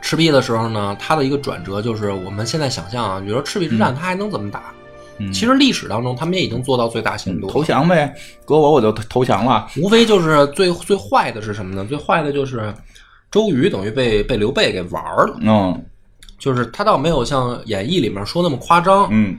赤壁的时候呢，它的一个转折就是我们现在想象啊，比如说赤壁之战，它还能怎么打？嗯其实历史当中，他们也已经做到最大限度了，投降呗，搁我我就投降了。无非就是最最坏的是什么呢？最坏的就是周瑜等于被被刘备给玩儿了，嗯就是他倒没有像演义里面说那么夸张，嗯，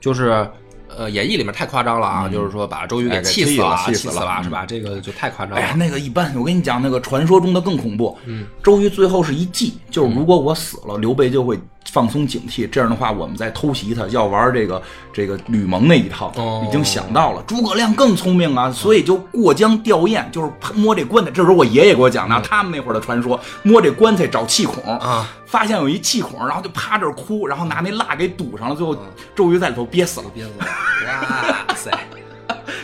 就是呃演义里面太夸张了啊，就是说把周瑜给哎给气气死了了，啊气气死死了嗯是吧？这个就太夸张哎呀，了。那 个一般，我跟你讲，那个传说中的更恐怖。嗯，周瑜最后是一计，就是如果我死了，刘备就会放松警惕，这样的话我们再偷袭他，要玩这个这个吕蒙那一套，哦嗯已经想到了。诸葛亮更聪明啊，所以就过江吊唁，就是摸这棺材。这是我爷爷给我讲的啊，他们那会儿的传说，摸这棺材找气孔嗯啊，发现有一气孔，然后就趴这儿哭，然后拿那蜡给堵上了，嗯最后周瑜在里头憋死了，憋死了！哇 塞，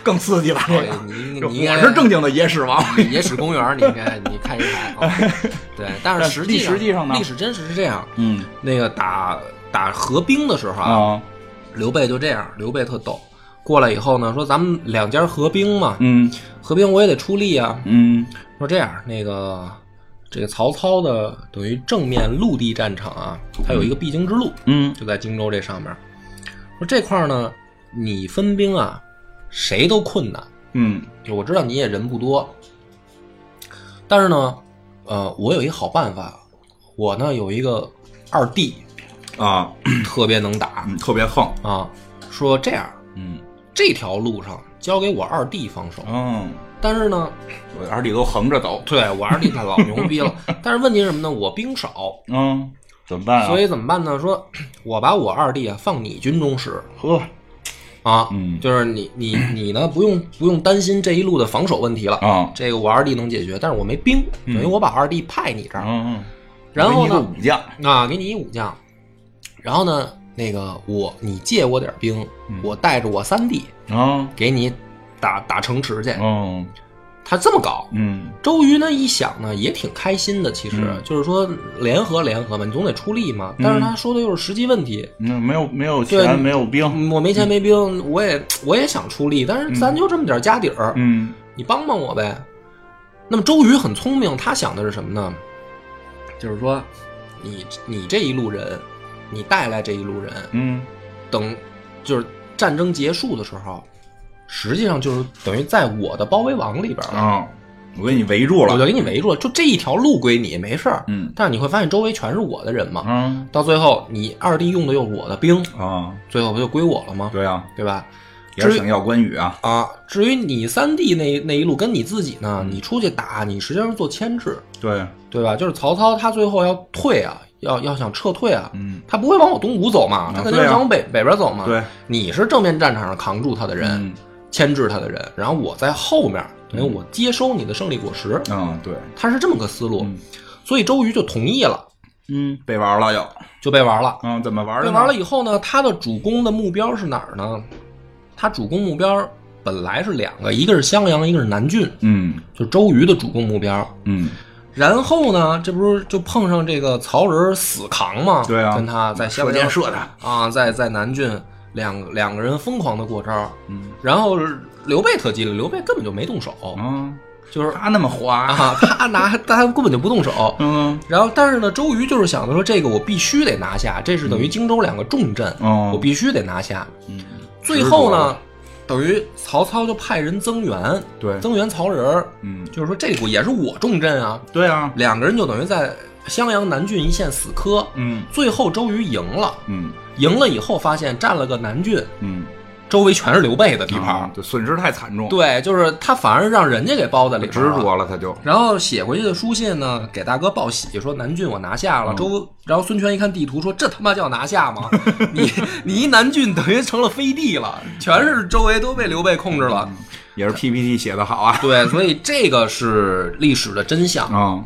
更刺激了。这哎个你这你应该我是正经的野史王。嗯 野史公园，你应该你看一看啊。对，但是但实际历实际上呢历史真实是这样。嗯那个打打合兵的时候啊，啊刘备就这样，刘备特逗。过来以后呢，说咱们两家合兵嘛，嗯合兵我也得出力啊。嗯说这样，那个这个曹操的等于正面陆地战场啊，它有一个必经之路，嗯就在荆州这上面。说这块儿呢，你分兵啊，谁都困难。嗯就我知道你也人不多，但是呢，呃，我有一好办法，我呢有一个二弟啊，特别能打嗯特别横。啊。说这样，嗯这条路上交给我二弟防守。嗯，但是呢，我二弟都横着走。对我二弟他老牛逼 了。但是问题是什么呢？我兵少，嗯，怎么办啊？所以怎么办呢？说我把我二弟啊放你军中使呵啊，嗯就是你 你你呢不用不用担心这一路的防守问题了。啊，这个我二弟能解决，但是我没兵，等于我把二弟派你这儿，嗯嗯，然后一个呢，武将，啊，给你一武将，然后呢，那个我你借我点儿兵，嗯我带着我三弟啊，给你打打城池去。嗯他这么搞，嗯周瑜呢一想呢也挺开心的，其实、嗯就是说联合联合嘛，你总得出力嘛。但是他说的又是实际问题，那没有没有对钱，没有兵，嗯我没钱没兵，我也我也想出力，但是咱就这么点家底儿，嗯你帮帮我呗。那么周瑜很聪明，他想的是什么呢？就是说，你你这一路人，你带来这一路人，嗯等就是战争结束的时候，实际上就是等于在我的包围网里边了，啊，我给你围住我就了，给你围住了，就这一条路归你，没事儿。嗯但是你会发现周围全是我的人嘛，啊到最后你二弟用的又是我的兵，啊，最后不就归我了吗？对啊，对吧？也是想要关羽啊，啊，至于你三弟那那一路跟你自己嗯呢，你出去打，你实际上是做牵制，对，对吧？就是曹操他最后要退啊，要要想撤退啊，嗯他不会往我东吴走嘛，他肯定对是啊往我北、北边走嘛。对，你是正面战场上扛住他的人，嗯牵制他的人，然后我在后面，等于我接收你的胜利果实，啊对，他是这么个思路，嗯所以周瑜就同意了，嗯，被玩了又，就被玩了。嗯，怎么玩被的？玩了，以后呢，他的主攻的目标是哪儿呢？他主攻目标本来是两个，一个是襄阳，一个是南郡，嗯就周瑜的主攻目标。嗯然后呢，这不是就碰上这个曹仁死扛吗？对啊跟他在射襄箭阳射的，啊，在在南郡两两个人疯狂的过招，嗯然后刘备特机灵，刘备根本就没动手，啊，就是他那么滑，啊，他拿他根本就不动手。嗯然后，但是呢，周瑜就是想着说，这个我必须得拿下，这是等于荆州两个重镇，哦我必须得拿下。嗯，最后呢，等于曹操就派人增援，对，增援曹仁儿，嗯就是说这个也是我重镇啊。对啊，两个人就等于在襄阳南郡一线死磕。嗯最后周瑜赢了，嗯赢了以后发现占了个南郡，嗯，周围全是刘备的地地盘盘儿儿，，对，损失太惨重，对，就是他反而让人家给包在里执边儿了着了，他就，然后写回去的书信呢，给大哥报喜，说南郡我拿下嗯了。周，然后孙权一看地图，说这他妈叫拿下 吗？你你一南郡等于成了飞地了，全是周围都被刘备嗯控制了。也是 PPT 写的好啊，对，所以这个是历史的真相。嗯。